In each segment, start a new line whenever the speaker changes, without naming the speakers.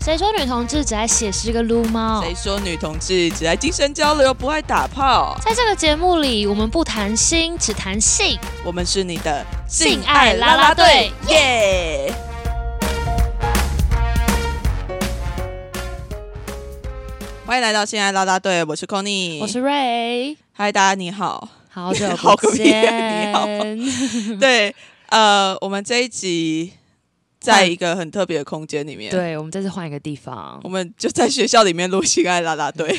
谁说女同志只爱写诗跟撸猫？
谁说女同志只爱精神交流，不爱打炮？
在这个节目里，我们不谈心，只谈性。
我们是你的
性爱啦啦队
耶！欢迎来到性爱啦啦队，我是 c o n n i
我是瑞，
嗨，大家你 好。
好久
好
不
个屁
见。
啊对，呃，我们这一集在一个很特别的空间里面，，
对，我们这次换一个地方
我，们就在学校里面录性爱啦啦队，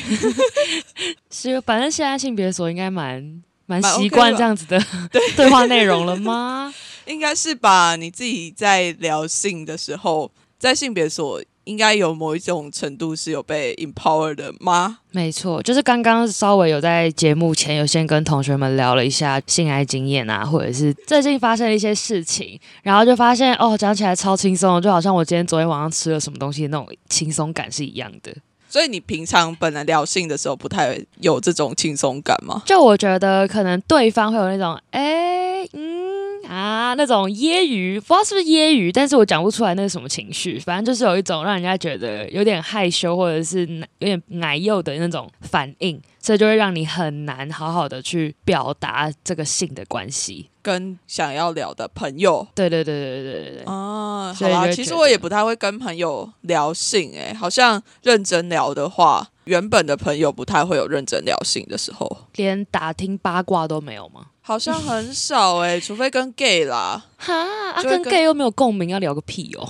是反正现在性别所应该蛮蛮
蛮
习
OK
惯
吧
这样子的 对话内容了吗？
应该是把你自己在聊性的时候，在性别所应该有某一种程度是有被 empower 的吗？
没错，就是刚刚稍微有在节目前有先跟同学们聊了一下性爱经验啊，或者是最近发生的一些事情，然后就发现哦，讲起来超轻松的，就好像我今天昨天晚上吃了什么东西的那种轻松感是一样的。
所以你平常本来聊性的时候，不太有这种轻松感吗？
就我觉得可能对方会有那种哎、嗯啊那种揶揄，不知道是不是揶揄，但是我讲不出来那是什么情绪，反正就是有一种让人家觉得有点害羞或者是奶有点奶幼的那种反应，所以就会让你很难好好的去表达这个性的关系。
跟想要聊的朋友
对对对对对对对对，
啊，好
所以就
啦，
会
其实
觉
我
得
也不太会跟朋友聊性、欸，好像认真聊的话，原本的朋友不太会有认真聊性的时候，
连打听八卦都没有吗？
好像很少哎、除非跟 gay 啦，
哈啊，
就会
跟
跟
gay 又没有共鸣，要聊个屁哦！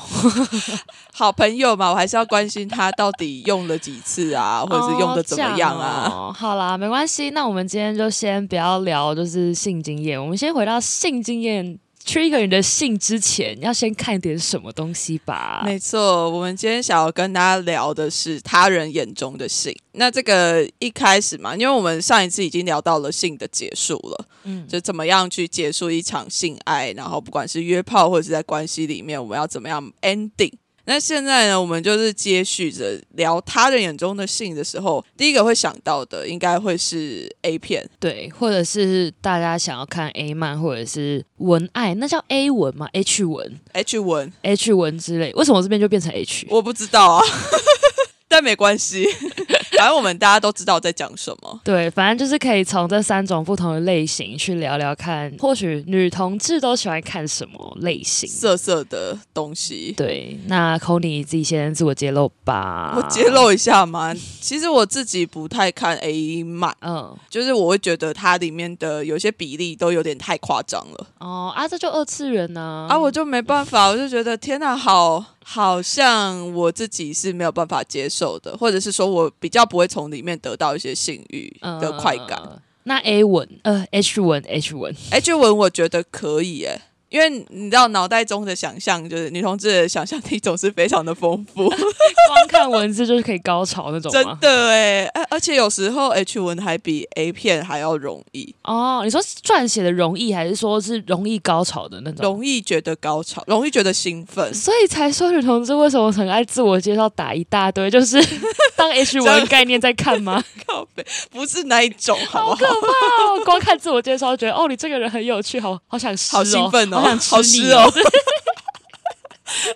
好朋友嘛，我还是要关心他到底用了几次啊，或者是用的怎么样啊。
哦这哦好啦，没关系，那我们今天就先不要聊就是性经验，我们先回到性经验 trigger 你的性之前，要先看点什么东西吧。
没错，我们今天想要跟大家聊的是他人眼中的性。那这个一开始嘛，因为我们上一次已经聊到了性的结束了，
嗯，
就怎么样去结束一场性爱，然后不管是约炮或者是在关系里面，我们要怎么样 ending。那现在呢，我们就是接续着聊他人眼中的性的时候，第一个会想到的应该会是 A 片，
对，或者是大家想要看 A 漫或者是文爱，那叫 A 文嘛，H 文、
H 文，
H 文之类，为什么我这边就变成 H？
我不知道啊， 但没关系，反正我们大家都知道在讲什么。
对，反正就是可以从这三种不同的类型去聊聊看，或许女同志都喜欢看什么类型。
色色的东西。
对，那 c o n y 自己先自我揭露吧。
我揭，露一下嘛，其实我自己不太看 A 漫，
嗯，
就是我会觉得它里面的有些比例都有点太夸张了、
哦啊，这就二次元呢、
啊，我就没办法，我就觉得天哪，好，好像我自己是没有办法接受的，或者是说我比较不会从里面得到一些性欲的快感。
呃那 A 文，呃，H 文 ，H 文，
H 哎文我觉得可以诶、因为你知道脑袋中的想象就是女同志的想象力总是非常的丰富，
光看文字就是可以高潮那种
真
吗？
的哎、而而且有时候 H 文还比 A 片还要容易，
哦，你说是撰写的容易，还是说是容易高潮的那种？
容易觉得高潮，容易觉得兴 奋。
所以才说女同志为什么很爱自我介绍打一大堆，就是 当 H 文概念在看 吗？
靠北不是那一种，好
好
不
可
好？
怕哦！光看自我介绍，觉得哦，你这个人很有趣，好好想吃、哦，
好兴奋哦
好想吃
好
你
湿哦
好可怕，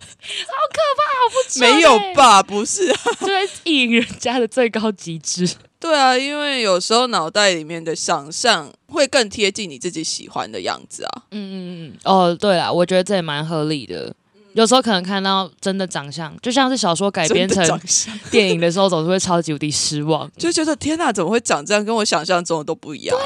好不准
没有
欸
吧？不是啊，
就在意淫人家的最高极致。
对啊，因为有时候脑袋里面的想象会更贴近你自己喜欢的样子啊。
嗯嗯嗯，哦，对啦，我觉得这也蛮合理的。有时候可能看到真的长相，就像是小说改编
真的
成
长相，
电影的时候，总是会超级无敌失望。
就觉得天哪，怎么会长这样？跟我想象中的都不一样。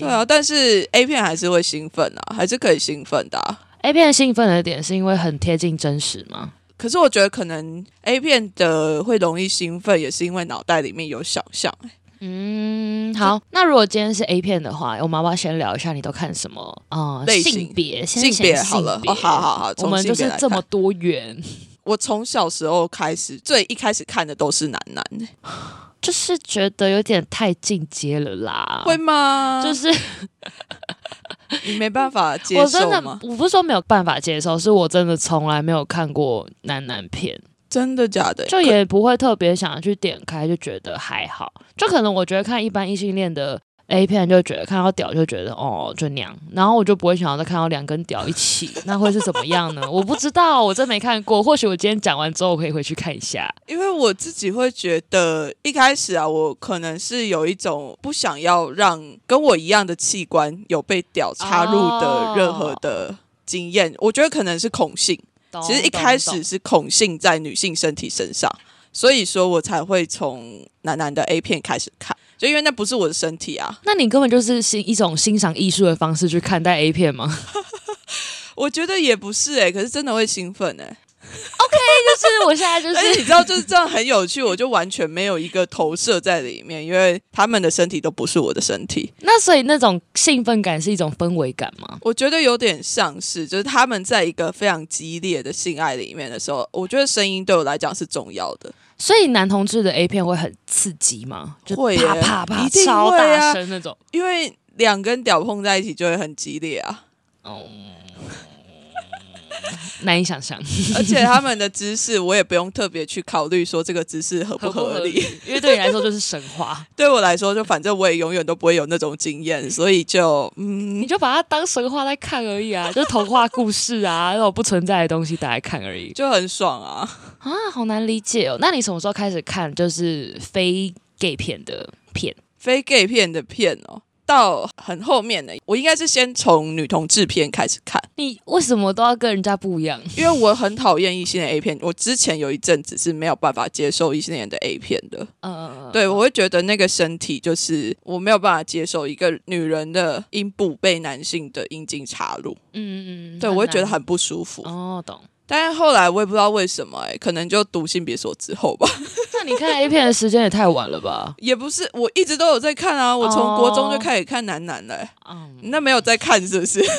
对啊，但是 A 片还是会兴奋啊，还是可以兴奋的、啊。
，A 片兴奋的点是因为很贴近真实吗？
可是我觉得可能 A 片的会容易兴奋，也是因为脑袋里面有想象。
嗯，好。那如果今天是 A 片的话，我们要不要先聊一下你都看什么啊、呃
类型
性别，先
性别
先
好了
性，别
哦，好好好，
我
从
们
性
就
别
是
来
这
看
么多元，
我从小时候开始，最一开始看的都是男男、欸
就是觉得有点太进阶了啦。
会吗？
啊就是是
你没办法接
我真
受
的
吗？
我不是说没有办法接受，是我真的从来没有看过男男片，
真的假的？
就
可
也不会特别想要去点开，就觉得还好。就可能我觉得看一般异性恋的 A 片就觉得看到屌就觉得哦就那样，然后我就不会想要再看到两根屌一起，那会是怎么样呢？我不知道，我真没看过。或许我今天讲完之后，我可以回去看一下。
因为我自己会觉得，一开始啊，我可能是有一种不想要让跟我一样的器官有被屌插入
哦
的任何的经验。我觉得可能是恐性，
懂
其实一开
哦懂
始
懂
是恐性在女性身体身上，所以说我才会从男男的 A 片开始看，就因为那不是我的身体啊。
那你根本就是欣一种欣赏艺术的方式去看待 A 片吗？
我觉得也不是诶、可是真的会兴奋诶、
就是我现在就
而且
是
你知道，就是这样很有趣，我就完全没有一个投射在里面，因为他们的身体都不是我的身体。
那所以那种兴奋感是一种氛围感吗？
我觉得有点像是，就是他们在一个非常激烈的性爱里面的时候，我觉得声音对我来讲是重要的。
所以男同志的 A 片会很刺激吗？就
会耶
啪啪啪
一定会
超
啊
大声那种。
因为两根屌碰在一起就会很激烈啊，
难以想象，
而且他们的姿势我也不用特别去考虑说这个姿势合不合理。
因为对你来说就是神话，
对我来说，就反正我也永远都不会有那种经验，所以就
你
嗯，
就把它当神话在看而已啊，就是童话故事啊， 那种不存在的东西打来看而已
就很爽啊。
啊，好难理解哦。那你什么时候开始看就是非 gay 片的片？
非 gay 片的片哦，到很后面的，我应该是先从女同志片开始看。
你为什么都要跟人家不一样？
因为我很讨厌异性恋 A 片，我之前有一阵子是没有办法接受异性恋的 A 片的。
呃，
对，我会觉得那个身体就是我没有办法接受一个女人的阴部被男性的阴茎插入，
嗯，嗯嗯，
对我会
难
觉得很不舒服。
哦， 懂。
但是后来我也不知道为什么、欸，可能就读性别所之后吧，
那你看 A 片的时间也太晚了吧？
也不是我一直都有在看啊，我从国中就开始看男男了、欸
哦嗯，
你那没有在看是不是？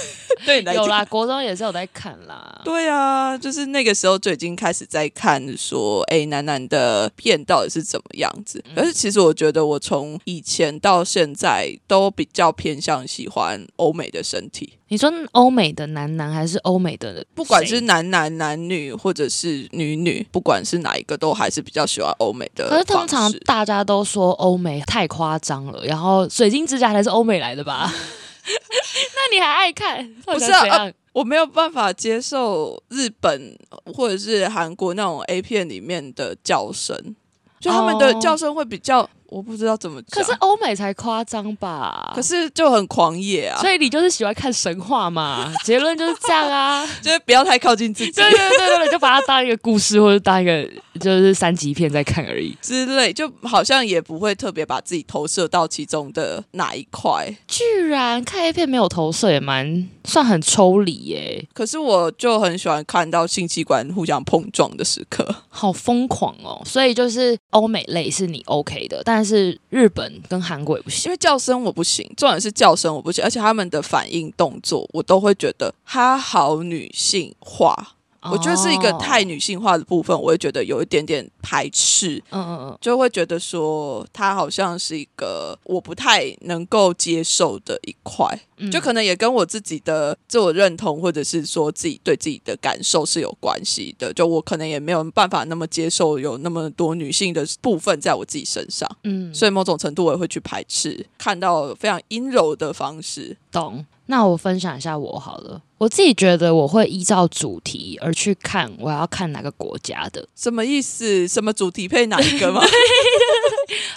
对你来
有
讲，
啦，国中也是有在看啦。
对啊，就是那个时候就已经开始在看说，哎，男男的片到底是怎么样子。
嗯
可是其实我觉得，我从以前到现在都比较偏向喜欢欧美的身体，
你说欧美的男男还是欧美的谁，
不管是男男、男女或者是女女，不管是哪一个，都还是比较喜欢欧美的
可是通
方式。
常大家都说欧美太夸张了，然后水晶指甲还是欧美来的 吧？那你还爱看？不
不是啊我没有办法接受日本或者是韩国那种 A 片里面的叫声，就他们的
哦
叫声会比较，我不知道怎么讲。
可是啊欧美才夸张吧？
可是就很狂野啊，
所以你就是喜欢看神话嘛？结论就是这样 啊。
就是不要太靠近自己
对对对对对，就把它当一个故事或者当一个就是三级片在看而已。
之类，就好像也不会特别把自己投射到其中的哪一块。
居然看 A 片没有投射，也蛮算很抽离耶、
可是我就很喜欢看到性器官互相碰撞的时刻，
好疯狂哦！所以就是欧美类是你 OK 的，但是日本跟韩国也不
因
行。
为叫声我不行，重点是叫声我不行，而且他们的反应动作我都会觉得他好女性化，我觉得是一个太
哦
女性化的部分，我会觉得有一点点排斥。
嗯嗯
就会觉得说，他好像是一个我不太能够接受的一块。
嗯，
就可能也跟我自己的自我认同，或者是说自己对自己的感受是有关系的。就我可能也没有办法那么接受有那么多女性的部分在我自己身上，
嗯，
所以某种程度我也会去排斥看到非常阴柔的方式。
懂。那我分享一下我好了，我自己觉得我会依照主题而去看我要看哪个国家的，
什么意思？什么主题配哪一 个吗？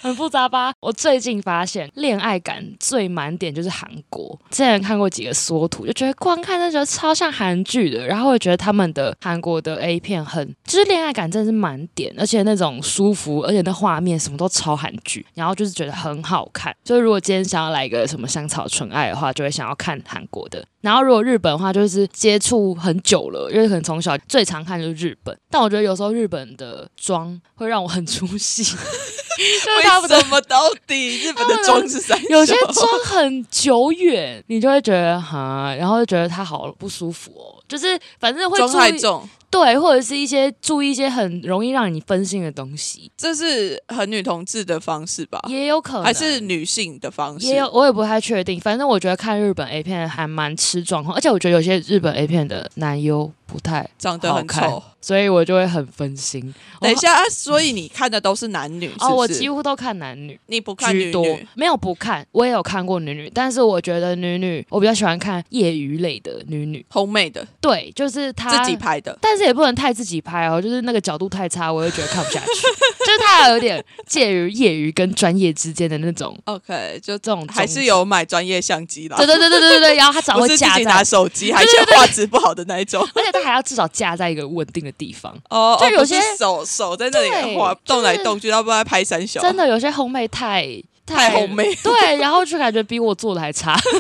很复杂吧？我最近发现恋爱感最满点就是韩国，之前看过几个缩图，就觉得光看就觉得超像韩剧的，然后我觉得他们的韩国的 A 片很，就是恋爱感真的是满点，而且那种舒服，而且那画面什么都超韩剧，然后就是觉得很好看。所以如果今天想要来一个什么香草纯爱的话，就会想要看韩国的。然后如果日本的话，就是接触很久了，因为可能从小最常看就是日本，但我觉得有时候日本的妆会让我很出戏， 就是他们的
为什么到底日本的 妆是 三
有些
小
妆很久远，你就会觉得哈，然后就觉得它好不舒服哦，就是反正会
妆太
注意
重，
对，或者是一些注意一些很容易让你分心的东西，
这是很女同志的方式吧？
也有可能
啊还是女性的方式？
也有，我也不太确定。反正我觉得看日本 A 片还蛮吃状况，而且我觉得有些日本 A 片的男优不太，
长得很
好
丑。
所以我就会很分心。我
等一下，啊所以你看的都是男女，是不
哦，
是？
我几乎都看男女。
你不看
居
女
多
女，
没有不看，我也有看过女女，但是我觉得女女我比较喜欢看业余类的女女，
homemade 的，
对，就是她
自己拍的。
但是也不能太自己拍哦，就是那个角度太差，我就觉得看不下去。 就是它有点介于业余跟专业之间的那种
OK，就
这种，
还是。有买专业相机啦
对，对对对对对，然后它常
不
会
是自
架
己
在
拿，手机，还是画质不好的那一种。
而且它还要至少架在一个稳定的地方。
哦，
就
哦
有
不是
些
手手在那里
对
滑
就是
动来动去，要不然拍三小，
真的有些烘焙太
啊太红妹。
对，然后就感觉比我做的还差， 所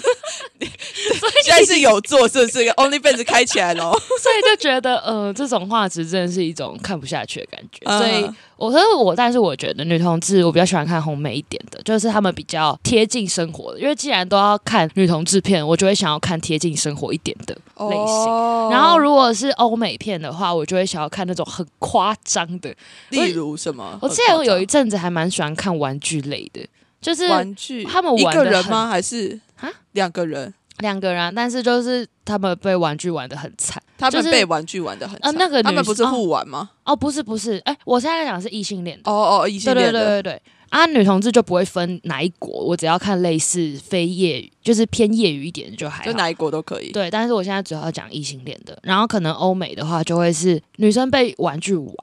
以
现在是有做，是不是？OnlyFans 开起来 喽。
所以就觉得，呃，这种画质真的是一种看不下去的感觉。
嗯
所以，我可是我，但是我觉得女同志，我比较喜欢看红美一点的，就是他们比较贴近生活的。因为既然都要看女同志片，我就会想要看贴近生活一点的类型。
哦
然后，如果是欧美片的话，我就会想要看那种很夸张的。
例如什么？
我之前有一阵子还蛮喜欢看玩具类的，就是
玩具，
他们
一
玩
个
得
人
很
吗？还是
啊
两个人？
两个人啊，但是就是他们被玩具玩的很惨。
他们
就是
被玩具玩的很
呃
惨
那个
他
女
们不是
哦
互玩吗？
哦，不是不是，哎、我现在讲的是异性恋的。
哦哦，异性
对对
恋的。
对对对。啊，女同志就不会分哪一国，我只要看类似非业余，就是偏业余一点就还
就
好。
哪一国都可以。
对，但是我现在主要讲异性恋的，然后可能欧美的话就会是女生被玩具玩，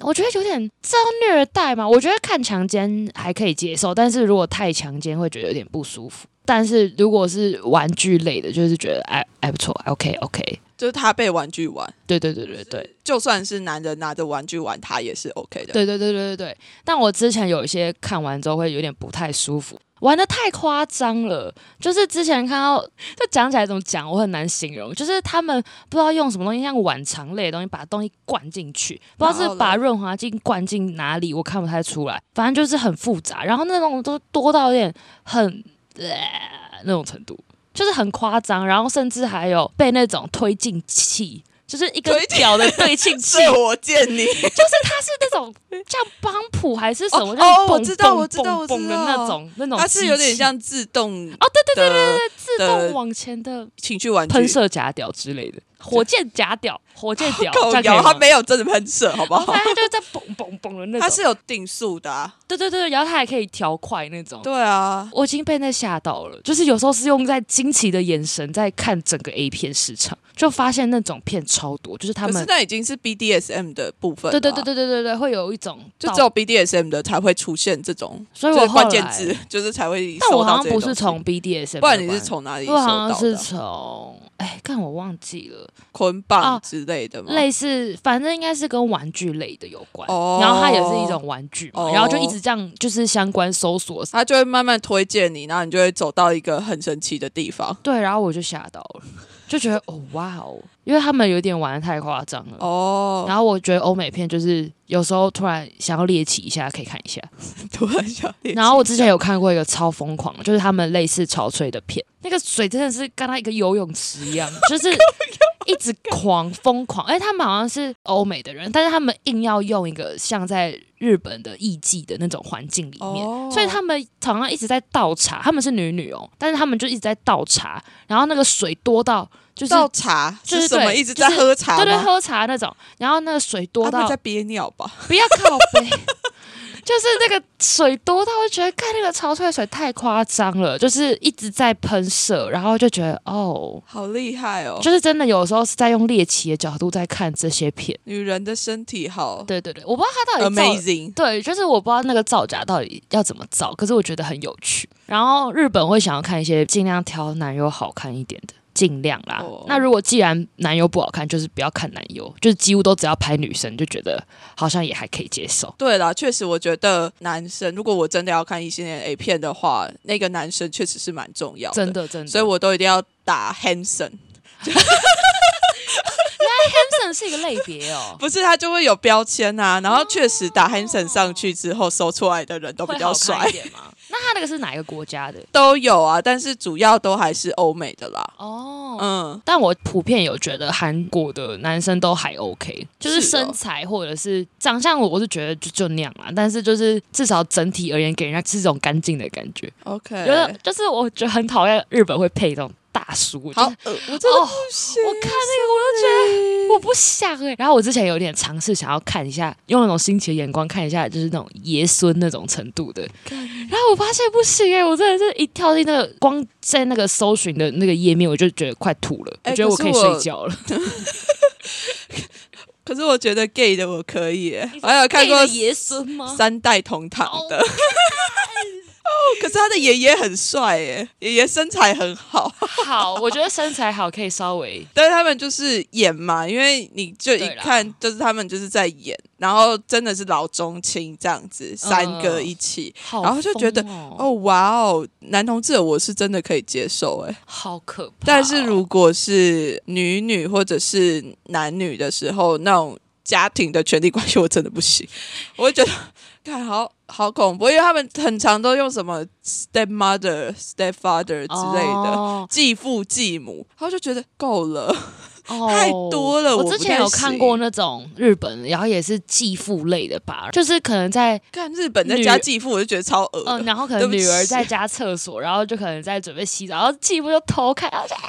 我觉得有点这样虐待嘛。我觉得看强奸还可以接受，但是如果太强奸会觉得有点不舒服。但是如果是玩具类的，就是觉得哎哎不错，OK OK，
就是他被玩具玩，
对对对对对。
就算是男人拿着玩具玩，他也是 OK 的。
对对对对对对。但我之前有一些看完之后会有点不太舒服，玩的太夸张了。就是之前看到，就讲起来怎么讲，我很难形容。就是他们不知道用什么东西，像碗肠类的东西，把东西灌进去，不知道
然
是
后
把
嘞
润滑剂灌进哪里，我看不太出来。反正就是很复杂，然后那种都多到有点很、呃、那种程度。就是很夸张，然后甚至还有被那种推进器，就是一个
推进
屌的 推进器，
是我见你，
就是它是那种像帮浦还是什么，
哦
就是
哦
蹦
我知道
蹦
我知道
蹦
我知
蹦的
道
那种那种机器，
它是有点像自动
哦，对对对对
的
对，自动往前的
情趣玩具
喷射假屌之类的，火箭假屌，火箭 屌，
狗
这样可以
咬，
吗
它没有真的喷射，好不
哦反
好？
正它就在蹦蹦蹦的那
它
种，
是有定速的啊。
对对对，然后它还可以调快那种。
对啊，
我已经被那吓到了，就是有时候是用在惊奇的眼神在看整个 A 片市场，就发现那种片超多，就是他
可是
们，
那已经是 BDSM 的部分。啊
对对对，对对对对，会有一种
就
到
只有 BDSM 的才会出现这种，
所以
就
我
是
后
关键
来
字， 就是才会
但
收
我
到
好像
这些
不
东西。
是从 BDSM，
不然你
的
是
关
从哪里收
我好
到
像是
的？
从哎，看我忘记了，
捆
啊
绑之类的吗？
类似反正应该是跟玩具类的有关，
哦
然后它也是一种玩具嘛，
哦
然后就一直这样就是相关搜索，
他就会慢慢推荐你，然后你就会走到一个很神奇的地方。
对，然后我就吓到了，就觉得哦哇哦，因为他们有点玩的太夸张了。
哦，
然后我觉得欧美片就是有时候突然想要猎奇一下，可以看一下。
突然想练习一下。
然后我之前有看过一个超疯狂的，就是他们类似潮吹的片，那个水真的是跟他一个游泳池一样，就是一直狂疯狂。哎，他们好像是欧美的人，但是他们硬要用一个像在日本的艺妓的那种环境里面。
哦
所以他们常常一直在倒茶，他们是女女哦，但是他们就一直在倒茶，然后那个水多到就是
倒茶
就是
是什么？
对
一直在
就是
喝茶吗？
对对喝茶那种，然后那个水多
他
到
们在憋尿吧？
不要靠背， 就是那个水多到我觉得，看那个潮出来的水太夸张了，就是一直在喷射，然后就觉得哦，
好厉害哦！
就是真的有时候是在用猎奇的角度在看这些片。
女人的身体好
对对对，我不知道他到底造。
amazing，
对，就是我不知道那个造假到底要怎么造，可是我觉得很有趣。然后日本会想要看一些尽量挑男优好看一点的，尽量啦。
哦
那如果既然男优不好看，就是不要看男优，就是几乎都只要拍女生，就觉得好像也还可以接受。
对啦，确实，我觉得男生如果我真的要看异性恋 A 片的话，那个男生确实是蛮重要
真
的，
的真的，
所以我都一定要打 handsome，。
真的是一个类别哦
不是他就会有标签啊。然后确实打 handsome 上去之后，搜出来的人都
会
比
好
较
看
帅，
一点吗？那他那个是哪一个国家的？
都有啊，但是主要都还是欧美的啦。
哦、
嗯，
但我普遍有觉得韩国的男生都还 OK，就是
是哦
身材或者是长相，我我是觉得就就那样啦。但是就是至少整体而言，给人家是一种干净的感觉。
OK，
有的就是我觉得很讨厌日本会配这种大叔，我就
好恶，
是
我真的
哦
不行。欸
我看那个我就觉得我不想哎、然后我之前有点尝试想要看一下，用那种新奇的眼光看一下，就是那种爷孙那种程度的。然后我发现不行哎、我真的是一跳进那个光在那个搜寻的那个页面，我就觉得快吐了，
哎
我觉得
可
我
是
可以
我
睡觉了。
可是我觉得 gay 的我可以耶，我还有 看过
配了爷孙吗？Oh,
三代同堂的。 哦，可是他的爷爷很帅耶，爷爷身材很好，
好，我觉得身材好可以稍微
但是他们就是演嘛，因为你就一
对啦
看就是他们就是在演，然后真的是老中青这样子，三
嗯
个一起，
好、
然后就觉得
哦
哦哇哦，男同志我是真的可以接受哎，
好可怕哦、
但是如果是女女或者是男女的时候，那种家庭的权利关系，我真的不行。我会觉得，看好好恐怖，因为他们很常都用什么 stepmother、stepfather 之类的。
哦
继父、继母，然后就觉得够了，
哦
太多了
我
我
之
不
前
太
有看
行
过那种日本，然后也是继父类的吧，就是可能在
看日本在家
女
继父，我就觉得超恶的。
嗯，然后可
对
能
不起
女儿在家厕所，然后就可能在准备洗澡，然后继父就偷看，然后就啊！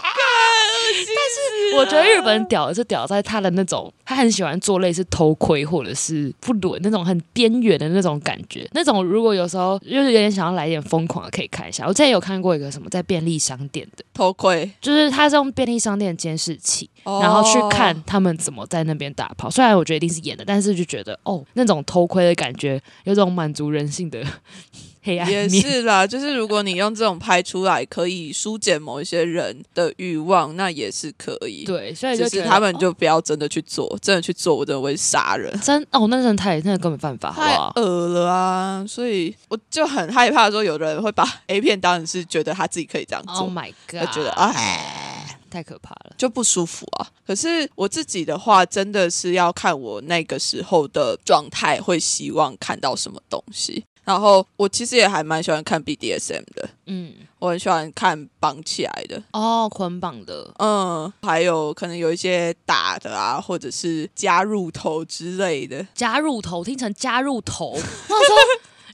但是我觉得日本人屌的是屌在他的那种，他很喜欢做类似偷窥或者是不伦那种很边缘的那种感觉。那种如果有时候就是有点想要来一点疯狂的，可以看一下。我之前有看过一个什么在便利商店的，
偷窥，
就是他是用便利商店监视器，然后去
哦
看他们怎么在那边打炮。虽然我觉得一定是演的，但是就觉得哦，那种偷窥的感觉，有种满足人性的 黑暗
也
面。
是啦，就是如果你用这种拍出来，可以疏解某一些人的欲望，那也是可以。
对，所以就
就
觉
是
得
他们
哦
就不要真的去做，真的去做，我真的会杀人，
真哦，那真的太那个根本犯法，好
太
不好？
恶了啊！所以我就很害怕说，有的人会把 A 片当成是觉得他自己可以这样做
Oh，my
他
god！
觉得哎
太可怕了。
就不舒服啊。可是我自己的话，真的是要看我那个时候的状态，会希望看到什么东西。然后我其实也还蛮喜欢看 BDSM 的，
嗯，
我很喜欢看绑起来的，
哦，捆绑的，
嗯，还有可能有一些打的啊，或者是加入头之类的。
加入头，听成加入头。我说，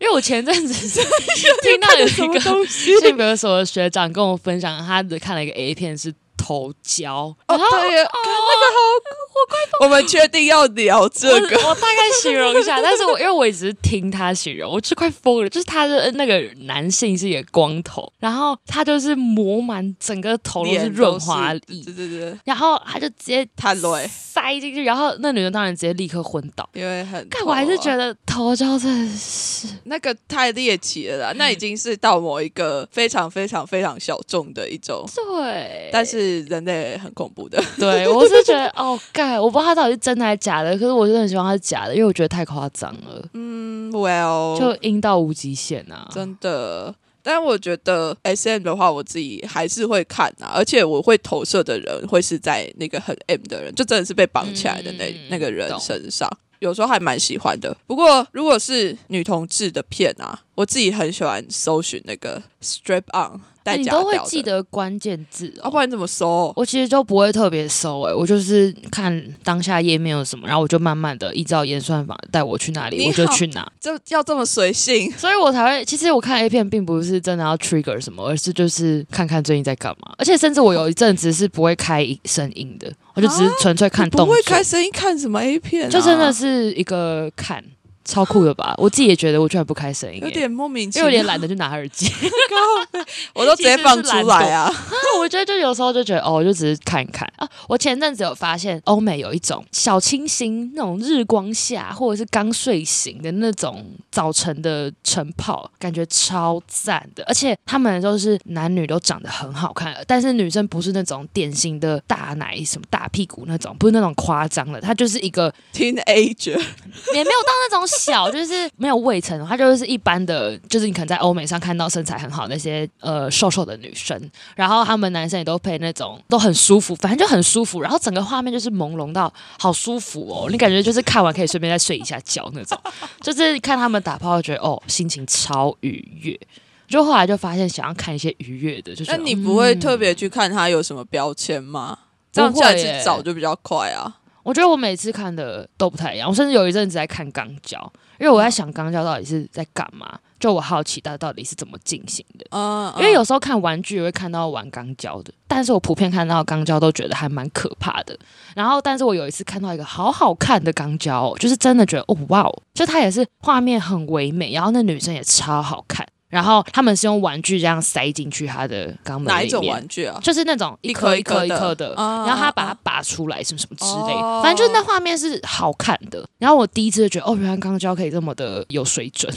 因为我前阵子是 听到有一个
东西
性别所的学长跟我分享，他的看了一个 A 片是头胶，
哦，
然后
对耶，看那个好，我我们确定要聊这个，
我我大概形容一下，但是我因为我也只是听他形容，我就快疯了。就是他的呃那个男性是一个光头，然后他就是抹满整个头都是
脸
润滑
都是
液，
对对对，
然后他就直接
太累，
塞进去，然后那女的当然直接立刻昏倒。
因为很痛啊，
但我还是觉得头胶真的是
那个太猎奇了啦，
嗯
那已经是到某一个非常非常非常小众的一种，
对，
但是人类很恐怖的，
对我是觉得哦，盖，我不知道他到底是真的还是假的，可是我真的很希望他是假的，因为我觉得太夸张了，
嗯，well，
就阴到无极限啊！
真的。但我觉得 S M 的话，我自己还是会看啊，而且我会投射的人会是在那个很 M 的人，就真的是被绑起来的那、
嗯
那个人
懂
身上。有时候还蛮喜欢的。不过如果是女同志的片啊，我自己很喜欢搜寻那个 strap on 戴
那哎你
假
都会
屌
记
的，
得关键字
要、
哦
不。然你怎么搜？
我其实就不会特别搜诶、欸我就是看当下页面有什么，然后我就慢慢的依照演算法带我去哪里，
你
我就
好
去哪，
这要这么随性？
所以我才会。其实我看 A 片并不是真的要 trigger 什么，而是就是看看最近在干嘛。而且甚至我有一阵子是不会开声音的，我就只是纯粹
哦
看
你不
动作，
会开声音看什么 A 片、啊？
就真的是一个看，超酷的 吧？我自己也觉得，我居然不开声音、欸，
有点莫名其
因为
妙，
有点懒得去拿耳 机。
我都直接放出来啊。
那我觉得就有时候就觉得哦，就只是看看啊。我前阵子有发现欧美有一种小清新，那种日光下或者是刚睡醒的那种早晨的晨跑，感觉超赞的。而且他们都是男女都长得很好看，但是女生不是那种典型的大奶什么大屁股那种，不是那种夸张的，她就是一个
Teenager，
也没有到那种小，就是没有未成，她就是一般的，就是你可能在欧美上看到身材很好的那些呃瘦瘦的女生，然后他们男生也都配那种都很舒服，反正就很舒服，然后整个画面就是朦胧到好舒服哦，你感觉就是看完可以顺便再睡一下觉那种， 就是看他们打炮觉得哦心情超愉悦，就后来就发现想要看一些愉悦的，就觉
那
得
你不会
嗯
特别去看他有什么标签吗？这样下次找就比较快啊。
我觉得我每次看的都不太一样，我甚至有一阵子在看肛交，因为我在想肛交到底是在干嘛，就我好奇它到底是怎么进行的。
嗯，
因为有时候看玩具也会看到玩钢胶的，但是我普遍看到钢胶都觉得还蛮可怕的。然后，但是我有一次看到一个好好看的钢胶哦、就是真的觉得哦哇哦，就它也是画面很唯美，然后那女生也超好看。然后他们是用玩具这样塞进去她的肛门
嗯哪一
里
种
面
玩具啊？
就是那种一颗
一
一
颗
颗
一
一
颗
颗
的
的，
啊
然
啊
后他把
啊
它拔出来，什么什么之类
哦
的，反正就是那画面是好看的。然后我第一次就觉得，哦，原来钢胶可以这么的有水准。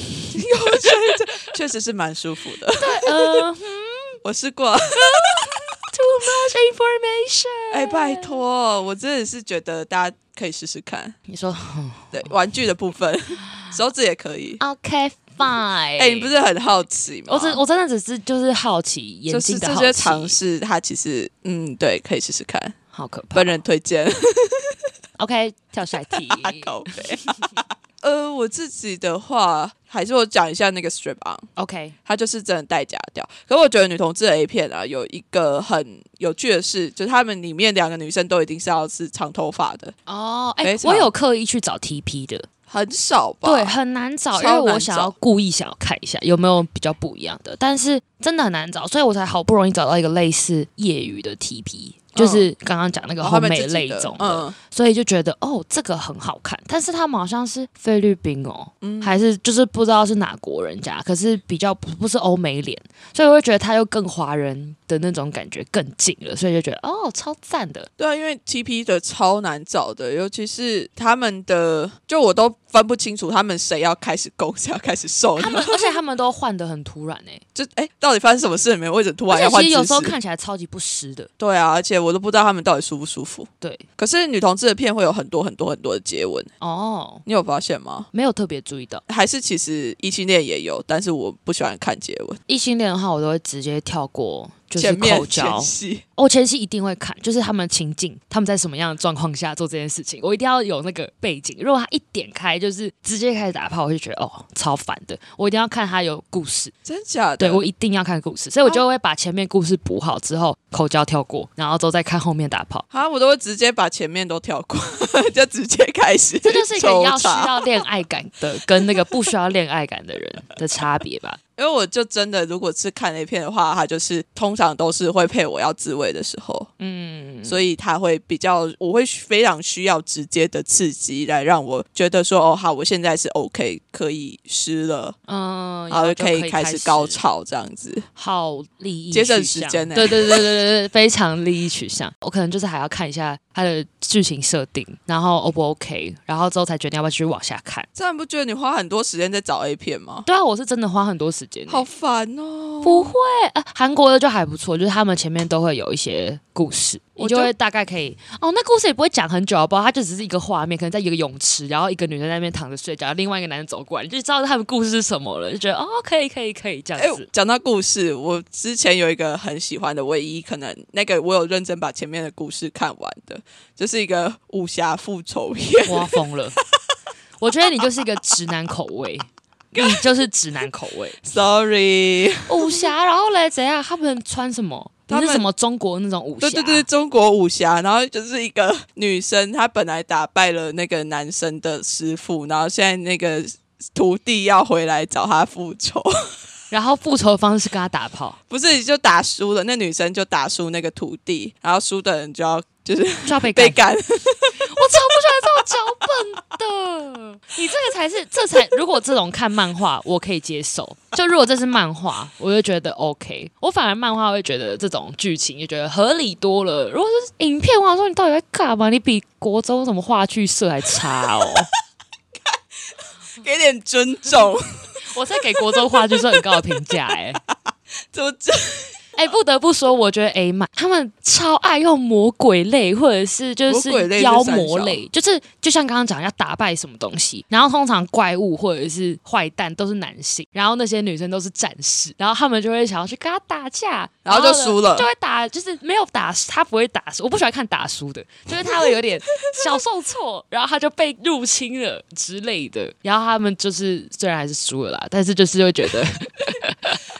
确实是蛮舒服的，
呃，much
我试过。
information。
哎，拜托，我真的是觉得大家可以试试看。
你说
对，玩具的部分，手指也可以。
OK fine？
哎，你不，是很好奇吗？
我只我真的只是就是好奇，眼
就是
睛的
这
好
些
奇
尝试，它其实嗯，对，可以试试看。
好可怕
本。人推荐。
OK，跳下一题
啊，靠背。 呃，我自己的话，还是我讲一下那个 strip on，
OK，
它就是真的戴假掉。可我觉得女同志的 A 片啊，有一个很有趣的事，就是她们里面两个女生都一定是要是长头发的，
哦，
没
哎，
错
我有刻意去找 TP 的，
很少吧？
对，很难找，因
超
为我
难
想
找
要故意想要看一下有没有比较不一样的，但是真的很难找，所以我才好不容易找到一个类似业余的 TP，、就是刚刚讲那个
嗯哦然后她们
烘焙
自己
类
的
种，的，
嗯，
所以就觉得哦这个很好看，但是他们好像是菲律宾哦，
嗯
还是就是不知道是哪国人家，可是比较不不是欧美脸，所以我会觉得他又更华人的那种感觉更近了，所以就觉得哦超赞 的，
对啊，因为 TP 的超难找的，尤其是他们的，就我都分不清楚他们谁要开始攻， 谁要开始受，
他们而且他们都换的很突然哎、
就哎、到底发生什么事？没有，为什么突
而
然要
且
换
其
姿
实
势？
有时候看起来超级不实的，
对啊，而且我都不知道他们到底舒不舒服。
对
可是女同志的片会有很多很多很多的接吻，
哦。
你有发现吗？
没有特别注意到
还是其实异性恋也有，但是我不喜欢看接吻，
异性恋的话，我都会直接跳过，就是
前面
口交
前。戏，
我前期一定会看，就是他们情境，他们在什么样的状况下做这件事情，我一定要有那个背景。如果他一点开就是直接开始打炮，我就觉得哦超烦的。我一定要看他有故事，
真假的？
对我一定要看故事，所以我就会把前面故事补好之后，口交跳过，然后之后再看后面打炮。
啊，我都会直接把前面都跳过， 就直接开始抽插。
这就是一个要需要恋爱感的跟那个不需要恋爱感的人的差别吧。
因为我就真的，如果是看 A 片的话，它就是通常都是会配我要自慰的时候，嗯，所以它会比较，我会非常需要直接的刺激来让我觉得说，哦，好，我现在是 OK，可以湿了，
嗯，
然后
后就
可
可
以开始高潮这样子。
好利益
节省
取
时
向
间欸
对对对对对对，非常利益取向。我可能就是还要看一下它的剧情设定，然后 O 不 OK，然后之后才决定要不要继续往下看。
这样不觉得你花很多时间在找 A 片吗？
对啊，我是真的花很多时间欸、
好烦哦！
不会，呃，韩国的就还不错，就是他们前面都会有一些故事，
我
你
就
就会大概可以哦，那故事也不会讲很久，啊好不好？它就只是一个画面，可能在一个泳池，然后一个女生在那边躺着睡觉，另外一个男人走过来，你就知道他们故事是什么了，就觉得哦，可以可以可以这
哎
样子。，
讲到故事，我之前有一个很喜欢的，唯一可能那个我有认真把前面的故事看完的，就是一个武侠复仇片。
我要疯了。我觉得你就是一个直男口味，你就是直男口味。
Sorry，
武侠，然后嘞怎样？他们穿什么？
他
不
们
是什么中国那 种武侠？
对对对，，中国武侠，然后就是一个女生，她本来打败了那个男生的师傅，然后现在那个徒弟要回来找她复仇。
然后复仇的方式跟他打炮，
不是，就打输了，那女生就打输那个徒弟，然后输的人就要就是
就要被干
被。干。
我超不喜欢这种脚本的，你这个才是，这才如果这种看漫画我可以接受，就如果这是漫画，我就觉得 OK。我反而漫画会觉得这种剧情就觉得合理多了。如果是影片，我想说你到底在干嘛？你比国中什么话剧社还差哦。
给点尊重，
我在给国中话剧社很高的评价、欸， 哎
怎么这
哎，不得不说，我觉得 A 漫他们超爱用魔鬼类或者是就
魔鬼类是
妖
三
魔
小
类，就是就像刚刚讲要打败什么东西，然后通常怪物或者是坏蛋都是男性，然后那些女生都是战士，然后他们就会想要去跟他打架，
然后就
呢
输了
就会打，就是没有打，他不会打输，我不喜欢看打输的，就是他会有点小受挫， 然后他就被入侵了之类的，然后他们就是虽然还是输了啦，但是就是会觉得。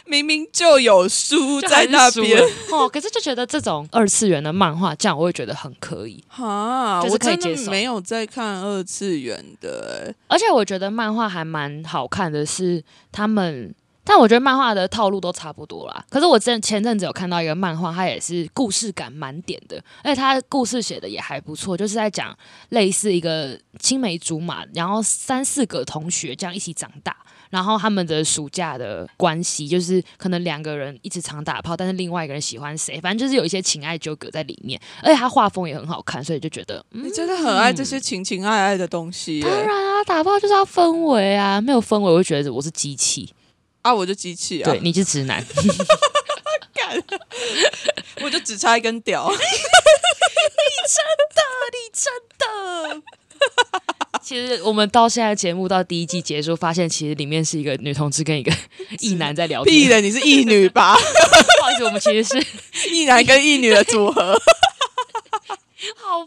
明明就有书
就
在
还是
那
输
边
了哦。可是就觉得这种二次元的漫画，这样我会觉得很可以。
哈，
就是
我
可以
真
接
的
受
没有在看二次元的、欸
而且我觉得漫画还蛮好看的是，他们，但我觉得漫画的套路都差不多啦。可是我之前前阵子有看到一个漫画，它也是故事感满点的，而且它故事写的也还不错，就是在讲类似一个青梅竹马，然后三四个同学这样一起长大。然后他们的暑假的关系，就是可能两个人一直常打炮，但是另外一个人喜欢谁，反正就是有一些情爱纠葛在里面。而且他画风也很好看，所以就觉得，嗯
你，真的很爱这些情情爱爱的东西、欸
当然啊，打炮就是要氛围啊，没有氛围，我就觉得我是机器，
啊！我就机器啊
对，，你是直 男，
我就只差一根 屌。
其实我们到现在节目到第一季结束，发现其实里面是一个女同志跟一个 异男在聊
屁
天。
的，你是异女 吧？
不好意思，我们其实 是
异男跟异女的组合，
好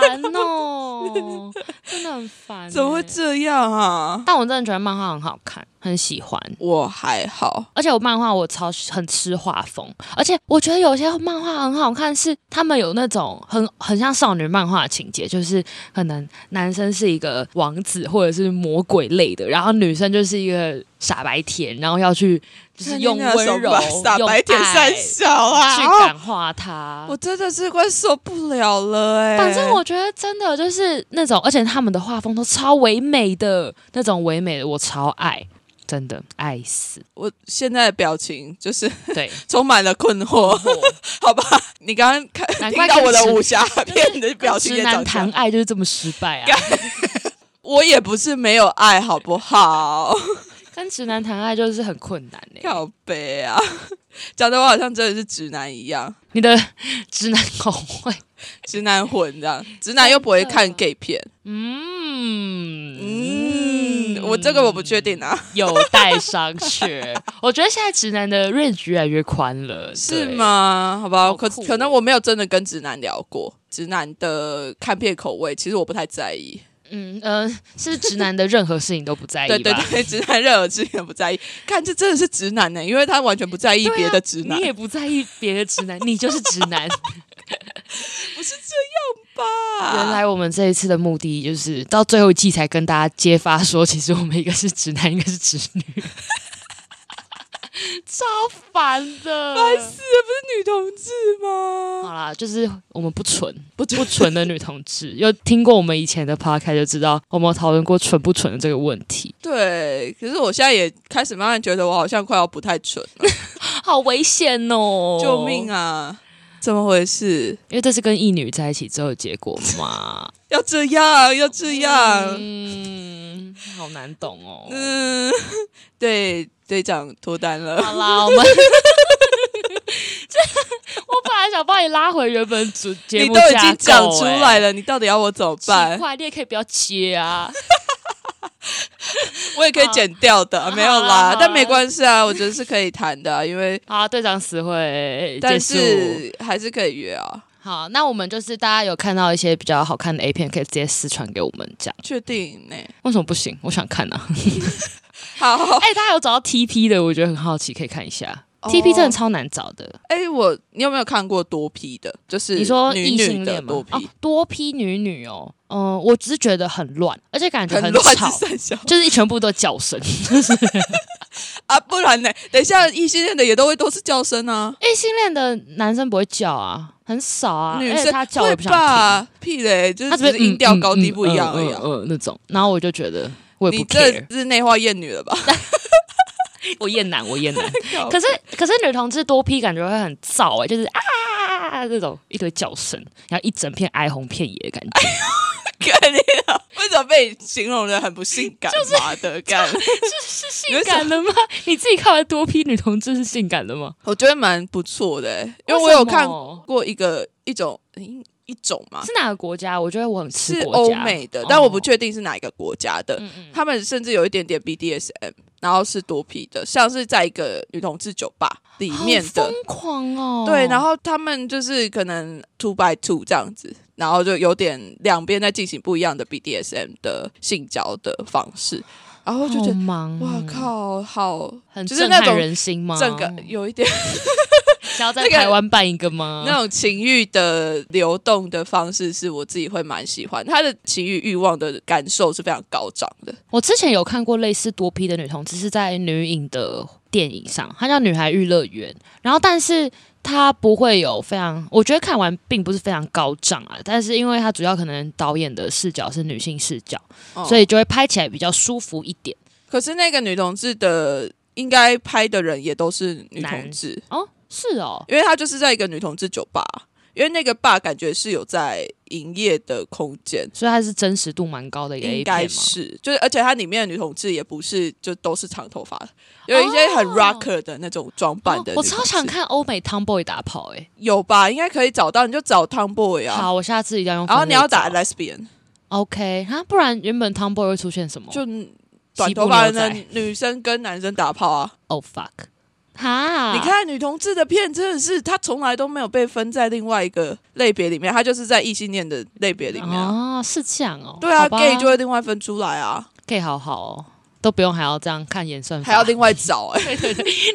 烦 哦，真的很烦、欸
怎么会？这样啊？
但我真的觉得漫画很好看，很喜欢。
我还好，
而且我漫画我超很吃画风，而且我觉得有些漫画很好看，是他们有那种很很像少女漫画的情节，就是可能男生是一个王子或者是魔鬼类的，然后女生就是一个傻白甜，然后要去就是用
看你那
温柔
手把 傻白甜
用
三
爱
小啊！
去
哦
感化他。
我真的是快受不了了哎、
反正我觉得真的就是那种，而且他们的画风都超唯美的，那种唯美的我超爱，真的爱死。
我现在的表情就是
对，
充满了困惑，好吧？你刚刚看
难
听
怪
到我的
跟直
武侠片的表情
直
也长
男
这样
谈爱就是这么失败啊！
我也不是没有爱，好不好？
跟直男谈爱就是很困难欸呢、
靠背啊， 讲的我好像真的是直男一样，
你的直男口味，
直男混这样，直男又不会看 gay 片。
嗯
嗯，我这个我不确定啊，
有待商榷。我觉得现在直男的 range 越来越宽了，
是
对？
吗？好吧，
好
可
酷哦
可能我没有真的跟直男聊过，直男的看片口味，其实我不太在意。
嗯呃，是直男的任何事情都不在意
对
吧？
对对，直男任何事情都不在意。看，这真的是直男欸呢、因为他完全不在意
对啊
别的直男
你。也不在意别的直 男，你就是直男。
爸
原来我们这一次的目的就是到最后一季才跟大家揭发说，其实我们一个是直男，一个是直 女，超烦的，烦死！
女同志吗？
好啦，就是我们不纯
不
不纯的女同 志，有听过我们以前的 podcast 就知道，我们有讨论过纯不纯的这个问题，
对，可是我现在也开始慢慢觉得我好像快要不太纯了，
好危险哦！
救命
啊！
啊！怎么回事？
因为这是跟异女在一起之后的结果嘛，
要这样，要这样，
嗯，好难懂哦。
嗯， 对，队长脱单了，
好啦，我们这我本来想把你拉回原本主节
你
目
都 已经
架
讲
构
出
欸
来了，你到底要我怎么
奇
办？
怪，你也可以不要接啊。
我也可以剪掉的，
好
没有
好啦好
啦
啦，
但没关系啊，我觉得是可以谈的啊，因为
好，队长死会结
但
束。
是还是可以约啊，
好，那我们就是大家有看到一些比较好看的 A 片，可以直接私传给我们讲。
确定呢、
为什么不行？我想看啊。
好，
哎、大家有找到 TP 的，我觉得很好奇，可以看一下。
哦
TP 真的超难找的。
哎、我你有没有看过多批的？就是
你说
女
异
女
性
的
恋吗
多？批，
哦，多批女女哦。嗯、我只是觉得很乱，而且感觉
很乱
吵
是，三小
就是全部都叫声。
啊，不然呢？等一下异性恋的也都会都是叫声啊，
异性恋的男生不会叫啊，很少啊，
女
而且
生
他叫我也不
会
想听，
吧？屁嘞，就是
他
只是
嗯
音调高低不一样而已、
嗯
啊。
嗯嗯嗯那种。然后我就觉得我也
你
不
这
care，
是内化厌女了 吧？
我厌男，我厌男。
靠
可是可是女同志多批感觉会很燥哎、就是啊那种一堆叫声，然后一整片哀鸿遍野的感 觉，
干你啊！ 为什么被你形容的很不性感嘛 的干？
是性感的吗？你自己看完多批女同志是性感的吗？
我觉得蛮不错的、欸因为
为
我有
什
看
么
过一个一种一一种嘛，
是哪个国家？我觉得我很吃
是
国
欧
家
美的，但我不
哦嗯
确定是哪一个国家的。他们甚至有一点点 BDSM，然后是多批的，像是在一个女同志酒吧里面
好
的
疯。狂哦，
对，然后他们就是可能 two by two 这样子，然后就有点两边在进行不一样的 BDSM 的性交的方式。然后就觉
好
得
忙、哦
哇，靠，好
很
就是
震
那
撼
种
人心吗？
整个有一点
想要在
那个
台湾办一个吗？
那种情欲的流动的方式，是我自己会蛮喜欢。他的情欲欲望的感受是非常高涨的。
我之前有看过类似多批的女同志，是在女影的电影上，它叫《女孩娱乐园》，然后但是它不会有非常，我觉得看完并不是非常高涨啊，但是因为它主要可能导演的视角是女性视角，
哦
所以就会拍起来比较舒服一点。
可是那个女同志的，应该拍的人也都是女同
男
志，
哦，是哦，
因为她就是在一个女同志酒吧，因为那个吧感觉是有在营业的空间。
所以它是真实度蛮高的一个
应
A
该
片嘛。
是，就是而且它里面的女同志也不是就都是长头发的，有一些很
哦
rocker 的那种装扮
哦
的、
我超想，看欧美 Tomboy 打跑诶、
有吧？应该可以找到，你就找 Tomboy 啊，
好，我下次一定要用分
然
类找。
后你要打 lesbian，
OK，哈，不然原本 Tomboy 会出现什么？
就短
哦西部
头发
牛
的
仔
女生跟男生打炮啊！
Oh fuck，哈，
你看女同志的片真的是，她从来都没有被分在另外一个类别里面，她就是在异性恋的类别里面啊、
哦，是这样哦。
对啊
好吧
，gay 就会另外分出来啊，
gay 好好哦，都不用还要这样看演算法，
还 要另外找哎、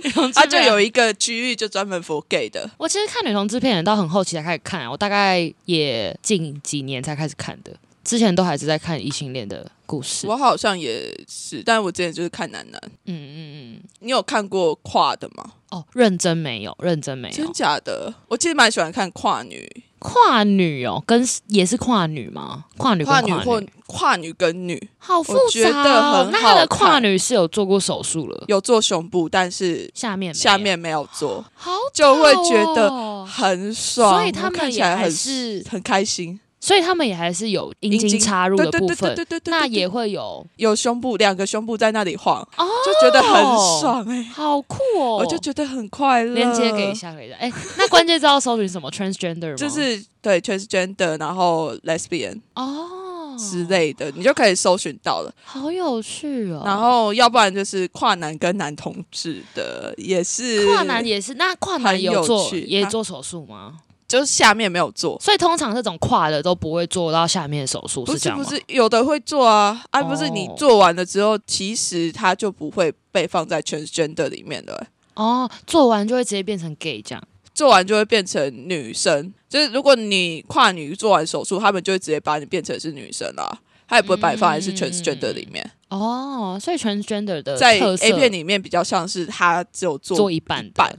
女同志
啊，就
片
有一个区域就专门 for gay 的。
我其实看女同志片也到很后期才开始看啊，我大概也近几年才开始看的，之前都还是在看异性恋的故事。
我好像也是，但我之前就是看男男。
嗯嗯嗯，
你有看过跨的吗？
哦，认真没有，认真没
真
有，
假的？我其实蛮喜欢看跨女、
跨女哦，跟也是跨女吗？跨女跟
跨
跨
女或跨女跟女，
好复杂、哦，
我觉得很
那她
好
的跨
看
女是有做过手术了，
有做胸部，但是
下面没有
下面没有做，
好
就会觉
屌
得
哦
很爽，
所以他
我看
们
起
也
来
还
很
是，
很开心，
所以他们也还是有阴
阴
茎
茎
插入
对
的
对
部
对对
分，
对对对，
那
对
也会有，
有胸部，两个胸部在那里晃，
哦
就觉得很爽哎、
好酷哦！
我就觉得很快乐。
连接给一，下，给一 下。哎，那关键字要搜寻什么 transgender 吗？
就是对 transgender，然后 lesbian
哦
之，类的，你就可以搜寻到了。
好有趣哦。
然后要不然就是跨男跟男同志的，也是
跨男也是，那跨男
很
有
有
做
趣
也
啊
做手术吗？
就是下面没有做。
所以通常这种跨的都不会做到下面的手术，
不
这
是
样
不
吗？
是，有的会做啊，啊不是你
哦
做完了之后，其实它就不会被放在 transgender 里面的、
哦，做完就会直接变成 gay 这样。
做完就会变成女生。就是如果你跨女做完手术，他们就会直接把你变成是女生啦，他也不会把你放在是
嗯
transgender 里面。
哦，所以 transgender 的
在
特色
A 片里面比较像是他只有做，
做一半
半
的，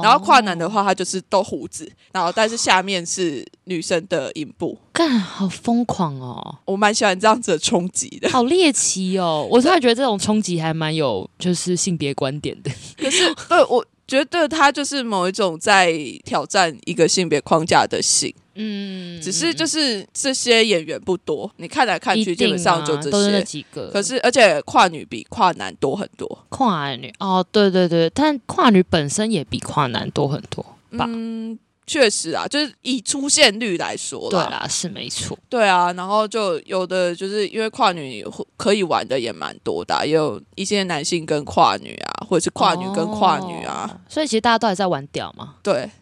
然后跨男
哦
的话，他就是都胡子，然后但是下面是女生的阴部。
干好疯狂哦，
我蛮喜欢这样子的冲击的，
好猎奇哦！我突然觉得这种冲击还蛮有就是性别观点 的。
可是 对我觉得他就是某一种在挑战一个性别框架的性，
嗯，
只是就是是这些演员不多，你看来看
一
去基本
定
上就
啊
这
都是那
些。
几个。
可是，而且跨女比跨男多很多。
跨女哦，对对对，但跨女本身也比跨男多很多。吧
嗯，确实啊，就是以出现率来说
对
啦，
啦，是没错。
对啊，然后就有的就是因为跨女会可以玩的也蛮多的啊、也有一些男性跟跨女啊，或者是跨女跟跨女啊，
哦，所以其实大家都还在玩屌嘛。
对。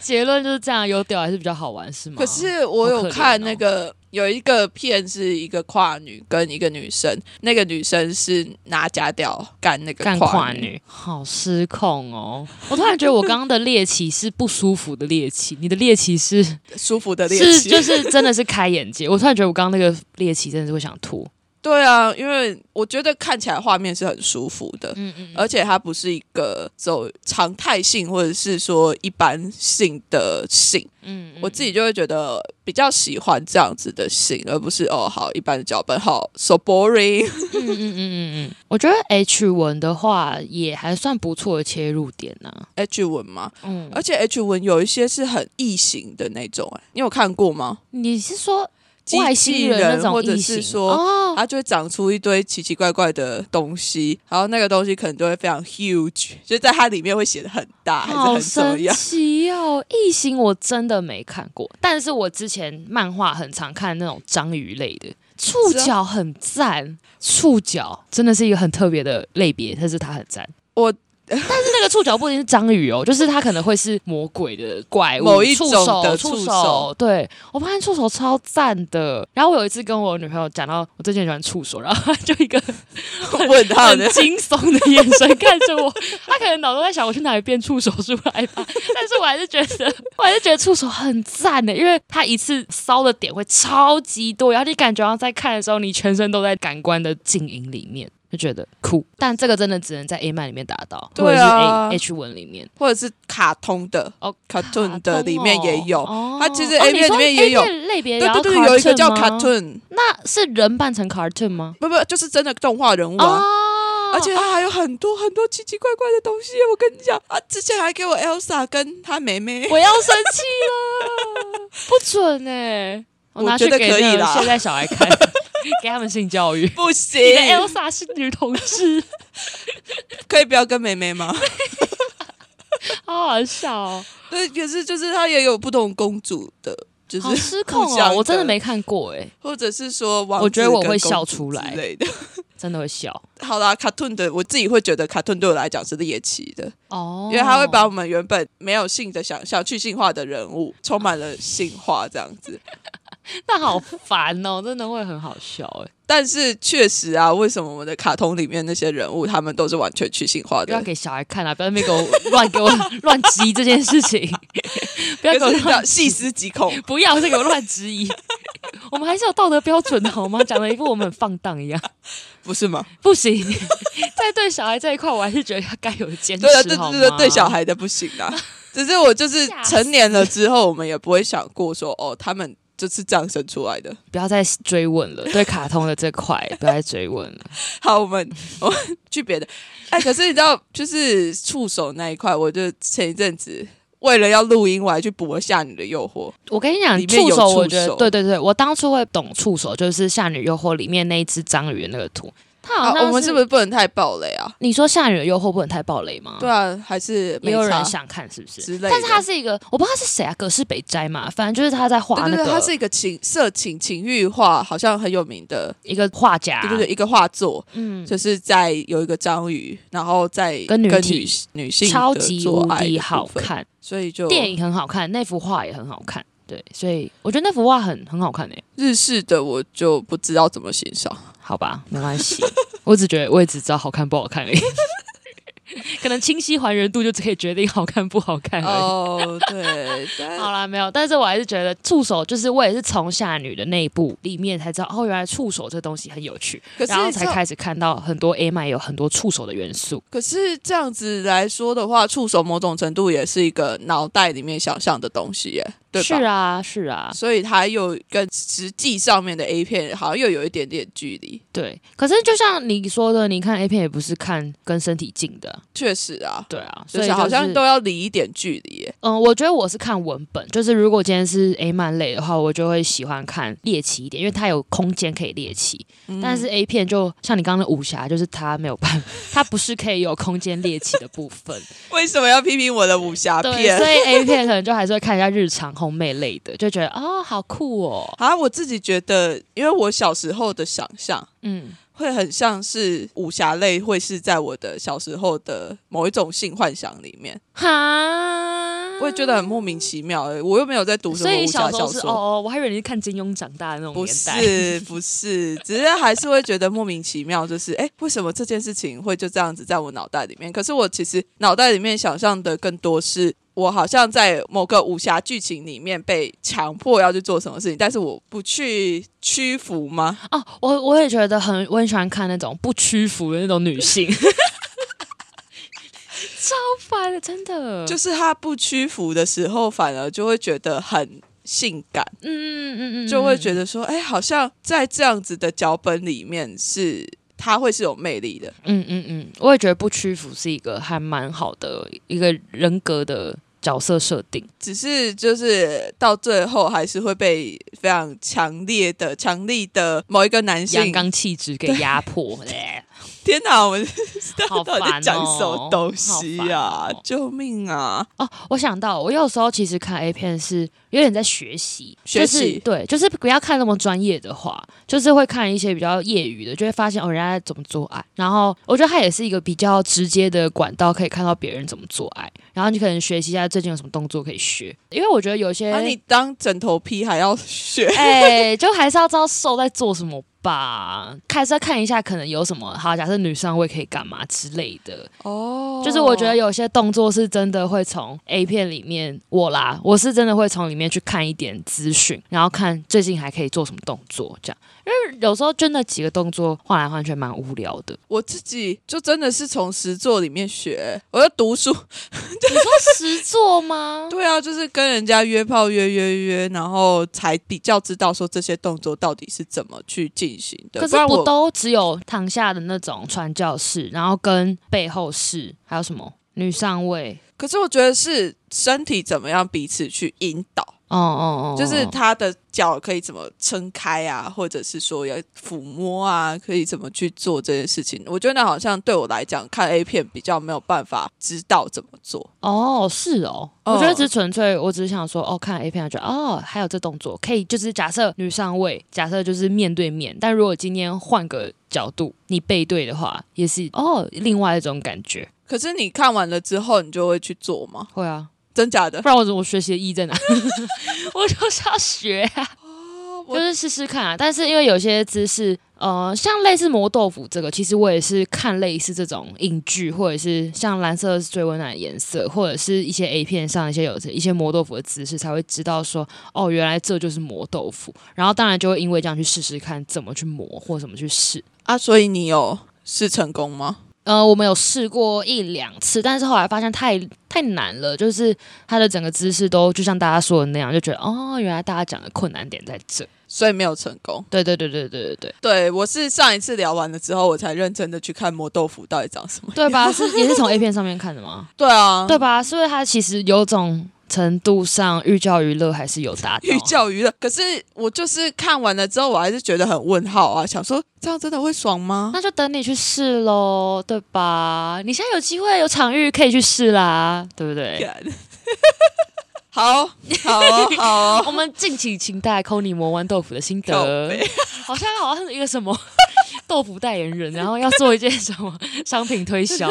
结论就是这样，有屌还是比较好玩，是吗？
可是我
好可
有
怜
看
哦
那个、有一个片是一个跨女跟一个女生，那个女生是拿假屌干那个
干
跨
跨女好失控哦！我突然觉得我刚刚的猎奇是不舒服的猎奇，你的猎奇是
舒服 的猎
是
奇，
就是真的是开眼界。我突然觉得我刚刚那个猎奇真的是会想吐。
对啊，因为我觉得看起来画面是很舒服的，
嗯嗯
而且它不是一个走常态性或者是说一般性的性，
嗯
我自己就会觉得比较喜欢这样子的性，而不是哦好一般的脚本好 so boring。
嗯嗯嗯嗯嗯，我觉得 H 文的话也还算不错的切入点啊呐、
H 文嘛，
嗯，
而且 H 文有一些是很异形的那种、哎，你有看过吗？
你是说
机
外
器
星人那种
或者
异
是
形
说
哦
它就会长出一堆奇奇怪怪的东西，然后那个东西可能就会非常 huge，就是在它里面会写的很大，还是
好
很怎么
神
样？
奇哦！异形我真的没看过，但是我之前漫画很常看那种章鱼类的，触
啊
角很赞，触角真的是一个很特别的类别，但是它很赞。
我
但是那个触角不一定是章鱼哦，就是它可能会是魔鬼的怪物，
某一
触
种
手
的
触
触
手
手。
对我发现触手超赞的。然后我有一次跟我女朋友讲到我最近很喜欢触手，然后她就一个
问他的
很惊悚的眼神看着我，她可能脑中在想我去哪里变触手出来 吧。但是我还是觉得，我还是觉得触手很赞欸的，因为它一次烧的点会超级多，然后你感觉好像在看的时候，你全身都在感官的静音里面。就觉得酷，但这个真的只能在 A 漫里面达到，或
对
者是
啊
A H 文里面。
或者是卡通的
哦
，cartoon 的里面也有。
哦
它其实
哦
A
你
片
说
里面也
A
有
片类别，
对
然
对
后
对，有一个叫
cartoon，吗
cartoon，
那是人扮成 cartoon 吗？
不不，就是真的动画人物啊。
哦，
而且它还有很多很多奇奇怪怪的东西，我跟你讲啊，之前还给我 Elsa 跟她妹妹，
我要生气了，不准哎！我
我
拿去
觉得
给
可以
那个
啦
现在小孩看，给他们性 教育。
不
你
行
的 Elsa 是女同 志，
可以不要跟妹妹吗？
好好笑哦，
对，可是就是它也有不同公主的，就是
好失控
互相
哦！我真的没看过哎，
或者是说王子
我觉得我会笑
跟公主
出来
之类的。
真的会笑
好啦，cartoon 的我自己会觉得 cartoon 对我来讲是猎奇的，
哦，
因为它会把我们原本没有性的想象去性化的人物，充满了性化这样子。
那好烦哦，真的会很好笑哎，
但是确实啊，为什么我们的卡通里面那些人物，他们都是完全去性化
不要
的？
给小孩看啊，不要在那边给我乱给我 乱质疑这件 事情，不要给我
就是
乱
叫细思极 恐，
不要再给我乱质疑，我们还是有道德标准的好吗？讲的一副我们很放荡一样。
不是吗？
不行，在对小孩这一块，我还是觉得要该有坚持。
对啊，对对对
好吗
对，对小孩的不行 啊。只是我就是
吓死
成年了之后，我们也不会想过说，哦，他们就是这样生出来的。
不要再追问了。对卡通的这块，不要再追问了。
好，我们我们 去别的。哎，可是你知道，就是触手那一块，我就前一阵子为了要录音，我还去补了《下你的诱惑》。
我跟你讲
里，面
触
有
手，我
触
觉得
手
对对对，我当初会懂触手，就是《夏女诱惑》里面那一只章鱼的那个图。它好像、
啊，我们是
是
不是不能太暴雷啊？
你说《夏女的诱惑》不能太暴雷吗？
对啊，还是
哦也
没
有人
差
想看，是不是？
之类的。
但是它是一个，我不知道是谁啊，葛饰北斋嘛，反正就是他在画
对
那
对
个，
对，它是一个情色情情欲画，好像很有名的，
一个画家，
对对对，一个画作，
嗯，
就是在有一个章鱼，然后在
跟女
女
体
女性的
超级
做
无
爱
敌
的部
好
分，
看。
所以就
电影很好看，那幅画也很好看，对，所以我觉得那幅画很很好看诶、欸
日式的我就不知道怎么欣 赏。
好吧，没 关系，我只觉得我也只知道好看不好看而已， 可能清晰还原度就只可以决定好看不好看而已。
哦，对，但
哎好啦，没有，但是我还是觉得触手，就是我也是从夏女的那一部里面才知道，哦，原来触手这东西很有趣，
可是
然后
你知
才
道
开始看到很多 A 漫有很多触手的元素。
可是这样子来说的话，触手某种程度也是一个脑袋里面想象的东西耶，对吧？
是啊，是啊，
所以它又跟实际上面的 A 片好像又有一点点距离。
对。可是就像你说的，你看 A 片也不是看跟身体近的，
确实啊，
对啊，
就
所以
是好像
是
都要离一点距离耶。
嗯，我觉得我是看文本，就是如果今天是 A 漫类的话，我就会喜欢看猎奇一点，因为它有空间可以猎奇。
嗯
但是 A 片就像你刚刚的武侠，就是它没有办法，它不是可以有空间猎奇的 部分。
为什么要批评我的武侠
对，所
片？
以 A 片可能就还是会看一下日常烘焙类的，就觉得哦，好酷哦，
啊，我自己觉得，因为我小时候的想象
嗯，
会很像是武侠类，会是在我的小时候的某一种性幻想里面，
哈，
我也觉得很莫名其妙、欸。我又没有在读什
所
么
以
武侠
小时
小
候是
说，
哦哦，我还以为你是看金庸长大的那种
不
年代。
是不是，只是还是会觉得莫名其妙，就是哎，诶为什么这件事情会就这样子在我脑袋里面？可是我其实脑袋里面想象的更多是。我好像在某个武侠剧情里面被强迫要去做什么事情，但是我不去屈服吗？
哦，我我也觉得很，我很喜欢看那种不屈服的那种 女性，超烦的，真的。
就是是他不屈服的时候，反而就会觉得很性感，
嗯嗯嗯嗯，
就会觉
得
得说，哎、好像在这样子的脚本里面是他会是有魅力的。
嗯嗯嗯，我也觉得不屈服是一个还蛮好的一个人格的角色设定。
只是就是到最后还是会被非常强烈的、强力的某一个男
阳
性。
刚气质给 压迫，哎
天哪，我们
好
到底在
烦
讲
哦
什么东西
好
啊？
烦哦
救命啊！
哦，我想到，我有时候其实看 A 片是，有点在学习，
学
就是
习
对，就是不要看那么专业的话，就是会看一些比较业余的，就会发现哦，人家怎么做爱。然后我觉得它也是一个比较直接的管道，可以看到别人怎么做爱，然后你可能学习一下最近有什么动作可以学，因为我觉得有些
啊，你当枕头批还要学？
哎、就还是要知道瘦在做什么吧，还是要看一下可能有什么好，假设女上位可以干嘛之类的。
哦
就是我觉得有些动作是真的会从 A 片里面，我啦，我是真的会从里面去看一点资讯，然后看最近还可以做什么动作，这样。因为有时候真的几个动作换来换去蛮无聊的。
我自己就真的是从实作里面学，我就读书。
实做吗？
对啊，就是跟人家约炮约约约，然后才比较知道说这些动作到底是怎么去进行的。
可
不
是
然
不
我
都只有躺下的那种传教士，然后跟背后式，还有什么女上位？
可是我觉得是身体怎么样彼此去引导。
哦哦哦，
就是
哦
他的脚可以怎么撑开啊，或者是说要抚摸啊，可以怎么去做这些事情。我觉得好像对我来讲，看 A 片比较没有办法知道怎么做。
哦，是哦，
嗯
我觉得只是纯粹，我只是想说，哦，看 A 片，觉得哦，还有这动作可以，就是假设女上位，假设就是面对面，但如果今天换个角度，你背对的话，也是哦，另外一种感觉，
可是你看完了之后，你就会去做吗？
会啊，
真假的？
不然我怎么学习的意义在哪？ 我就是要学啊，
哦我
就是试试看啊。但是因为有些姿势，呃，像类似磨豆腐这个，其实我也是看类似这种影剧，或者是像蓝色是最温暖的颜色，或者是一些 A 片上一些有一些磨豆腐的姿势，才会知道说，哦，原来这就是磨豆腐。然后当然就会因为这样去试试看怎么去磨或怎么去试。
啊，所以你有试成功吗？
呃，我们有试过一两次，但是后来发现太太难了，就是它的整个姿势都就像大家说的那样，就觉得哦，原来大家讲的困难点在这。
所以没有成功。
对对对对对对对，
对我是上一次聊完了之后，我才认真的去看磨豆腐到底长什么。
对吧？ 是也是从 A 片上面看的吗？
对啊，
对吧？是不是它其实有种程度上寓教于乐还是有 达到？
寓教于乐。可是我就是看完了之后，我还是觉得很问号啊，想说这样真的会爽吗？
那就等你去试喽，对吧？你现在有机会有场域可以去试啦，对不对？
好好哦好哦，
我们敬请期待 c o n y 磨完豆腐的心
靠
得，好像好像是一个什么 豆腐代言人，然后要做一件什么商品推销。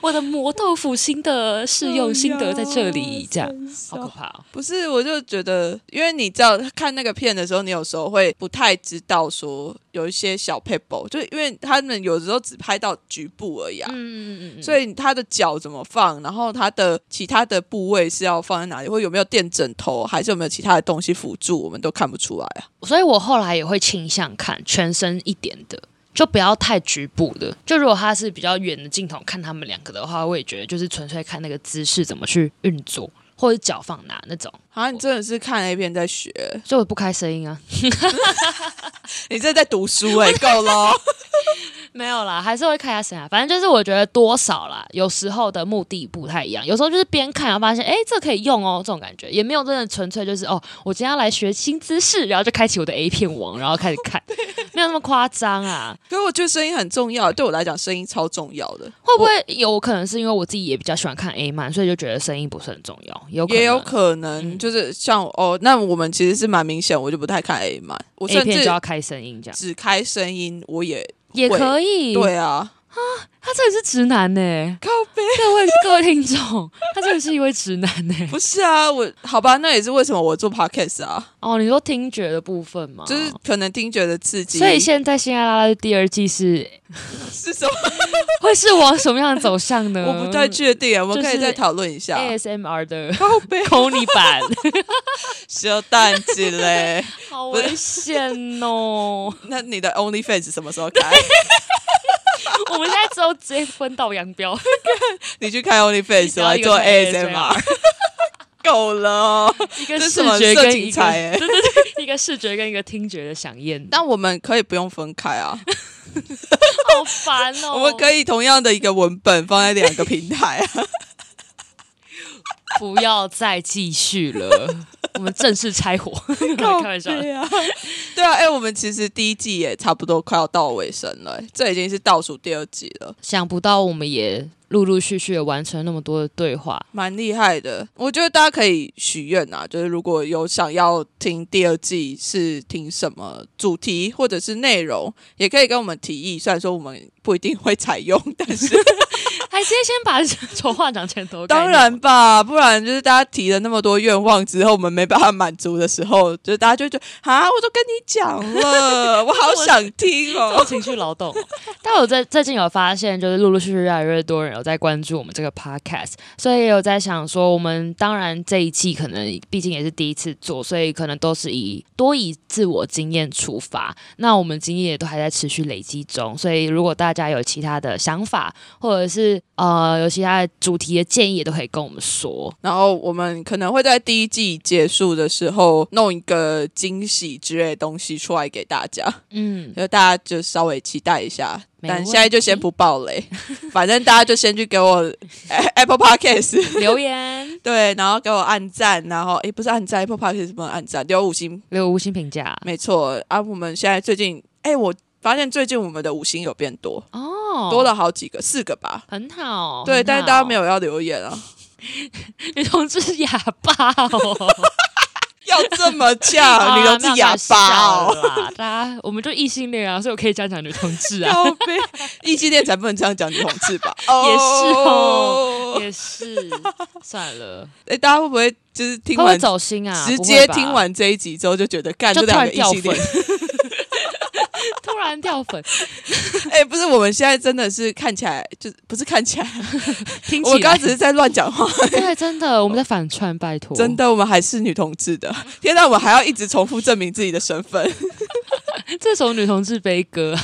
我的磨豆腐心得试用心得在这里，这
哎
样好可怕哦。
不是，我就觉得，因为你知道看那个片的时候，你有时候会不太知道说有一些小 people，就因为他们有时候只拍到局部而已啊。
嗯嗯嗯嗯，
所以他的脚怎么放，然后他的其他的部位是要放在哪里，或有没有垫枕头，还是有没有其他的东西辅助，我们都看不出来啊。
所以我后来也会倾向看全身一点的，就不要太局部的。就如果他是比较远的镜头看他们两个的话，我也觉得就是纯粹看那个姿势怎么去运作，或者脚放哪那种，
啊，你真的是看 A 片在学，
所以我不开声音啊。
你这在读书哎、够咯。
没有啦，还是会看一下谁啊。反正就是我觉得多少啦，有时候的目的不太一样。有时候就是边看然后发现，哎，这可以用哦，这种感觉也没有真的纯粹就是哦，我今天要来学新姿势，然后就开启我的 A 片网，然后开始看， 没有那么夸张啊。
可是我觉得声音很重要，对我来讲声音超重要的，
会不会有可能是因为我自己也比较喜欢看 A 漫，所以就觉得声音不是很重要？有可能
也有可能
嗯
就是像哦，那我们其实是蛮明显，我就不太看 A 漫，我
A
甚
片就
至
要开声音这样
只开声音，我也
也可以。，
对 啊，
他真的是直男 呢、
靠背
各位各位听众，他真的是一位直男呢、
不是啊，我好吧，那也是为什么我做 podcast 啊，
哦，你说听觉的部分吗？
就是可能听觉的刺激，
嗯所以现在《新爱拉拉》的第二季是
是什么？
会是往什么样的走向呢？
我不太确定，啊我们
嗯就是哎
可以再讨论一下。
ASMR 的
靠 背
Kony 版，
修蛋鸡嘞，
好危险哦！
那你的 OnlyFans 什么时候开？
我们现在只有直接分道扬镳。
你去开 OnlyFans
然后
来
一个
做
开
ASMR，够了哦。
一个
这是
视
什么
觉
色
跟
情
一个，
才 欸
对对对，一个视觉跟一个听觉的响 应，
但我们可以不用分开啊，
好烦哦。
我们可以同样的一个文本放在两个平台 啊。
不要再继 续了，我们正式拆伙，开玩笑的。
对啊， 对啊，哎、我们其实第一季也差不多快要到尾声了、哎这已经是倒数第二季了。
想不到我们也陆陆续续的完成那么多的对话。
蛮厉害的。我觉得大家可以许愿啊，就是如果有想要听第二季是听什么主题或者是内容，也可以跟我们提议。虽然说我们不一定会采用，但是
还是先把丑话讲前头。
当然，吧，不然就是大家提了那么多愿望之后，我们没办法满足的时候，就是大家就会觉得啊，我都跟你讲了， 我好想听
做
哦。
情绪劳动。但我最最近有发现，就是陆陆续续越来越多人有在关注我们这个 podcast，所以也有在想说，我们当然这一季可能毕竟也是第一次做，所以可能都是以多以自我经验出发。那我们经验也都还在持续累积中，所以如果大家有其他的想法，或者是呃有其他的主题的建议，也都可以跟我们说。
然后我们可能会在第一季结束的时候弄一个惊喜之类的东西出来给大家。
嗯，
就大家就稍微期待一下，
没
但
问
现在就先
题
不爆雷， 反正大家就先去给我 A- Apple Podcast
留言
对，然后给我按赞，然后诶不是按赞 Apple Podcast 不能按赞， 留五星，
留五星评价
没错啊。我们现在最近诶，我发现最近我们的五星有变多，
哦，
多了好几个，四个吧。
很好。
对，
很
但是大家
好
没有要留言啊，
女同志是哑巴 哦，
要这么
啊
呛，你都是哑巴
没
哦，
有开玩笑啦，大家我们就异性恋啊，所以我可以这样讲女同志 啊，
要被异性恋才不能这样讲女同志 吧？
也是哦
哦
也是，算了，
哎、大家会不会就是听
他会
完
走心啊，
直
不会
接
吧
听完这一集之后就觉得干这
就突
两
然
个异
掉
性
粉
恋？，
突然掉粉，
哎、不是，我们现在真的是看起来就是不是看起来，
听
我
起
刚刚
来
只是在乱讲话，
对，真的我们在反串，拜托，
真的，我们还是女同志的。天哪，我们还要一直重复证明自己的身份，
这首女同志悲 歌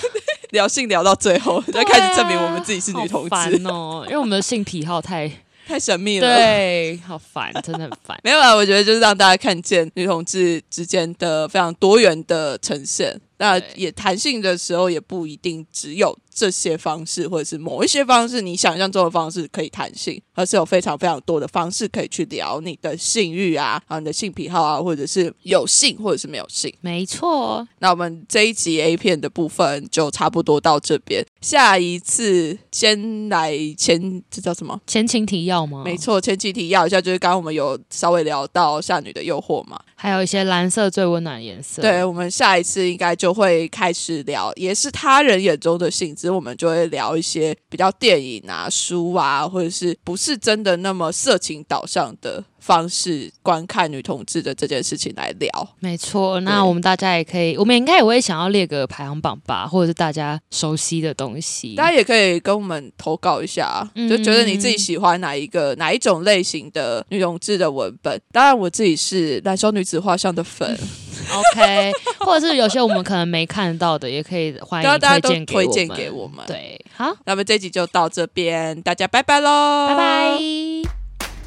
聊性聊到最后，再开始证明我们自己是女同
啊好
志，
烦哦，因为我们的性癖好 太
太神秘了。
对，好烦，真的很烦。
没有啊，我觉得就是让大家看见女同志之间的非常多元的呈现。那
对
也弹性的时候，也不一定只有这些方式，或者是某一些方式，你想象中的方式可以弹性，而是有非常非常多的方式可以去聊你的性欲啊，然后你的性癖好啊，或者是有性或者是没有性。
没错，
那我们这一集 A 片的部分就差不多到这边，下一次先来前这叫什么？
前情提要吗？
没错，前几题要一下，就是刚刚我们有稍微聊到《夏女的诱惑》嘛，
还有一些蓝色最温暖的颜色。
对，我们下一次应该就会开始聊，也是他人眼中的性质，我们就会聊一些比较电影啊、书啊，或者是不是真的那么色情导向的方式观看女同志的这件事情来聊。
没错，那
对
我们大家也可以，我们应该也会想要列个排行榜吧，或者是大家熟悉的东西。
大家也可以跟我们投稿一下啊，
嗯
就觉得你自己喜欢哪一个、哪一种类型的女同志的文本。当然，我自己是《燃烧女子画像》的粉，
嗯 OK，或者 是有些我们可能没看到的，也可以欢
然后
迎
大家都
荐
推
荐
荐给我们。，
对，好，
那么这集就到这边，大家拜拜喽，
拜拜。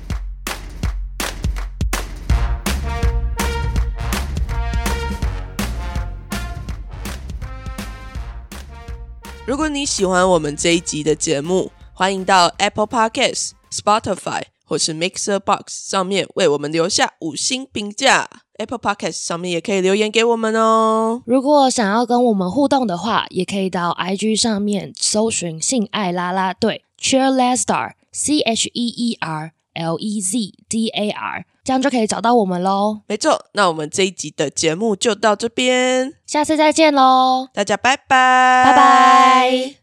如果你喜欢我们这一集的节目，欢迎到 Apple Podcasts、Spotify 或是 Mixer Box 上面为我们留下五星评价。Apple Podcasts 上面也可以留言给我们哦。
如果想要跟我们互动的话，也可以到 IG 上面搜寻“性爱啦啦队 ”（Cheerleader C H E E R L E Z D A R），这样就可以找到我们喽。
没错，那我们这一集的节目就到这边，
下次再见喽！
大家拜拜，
拜拜。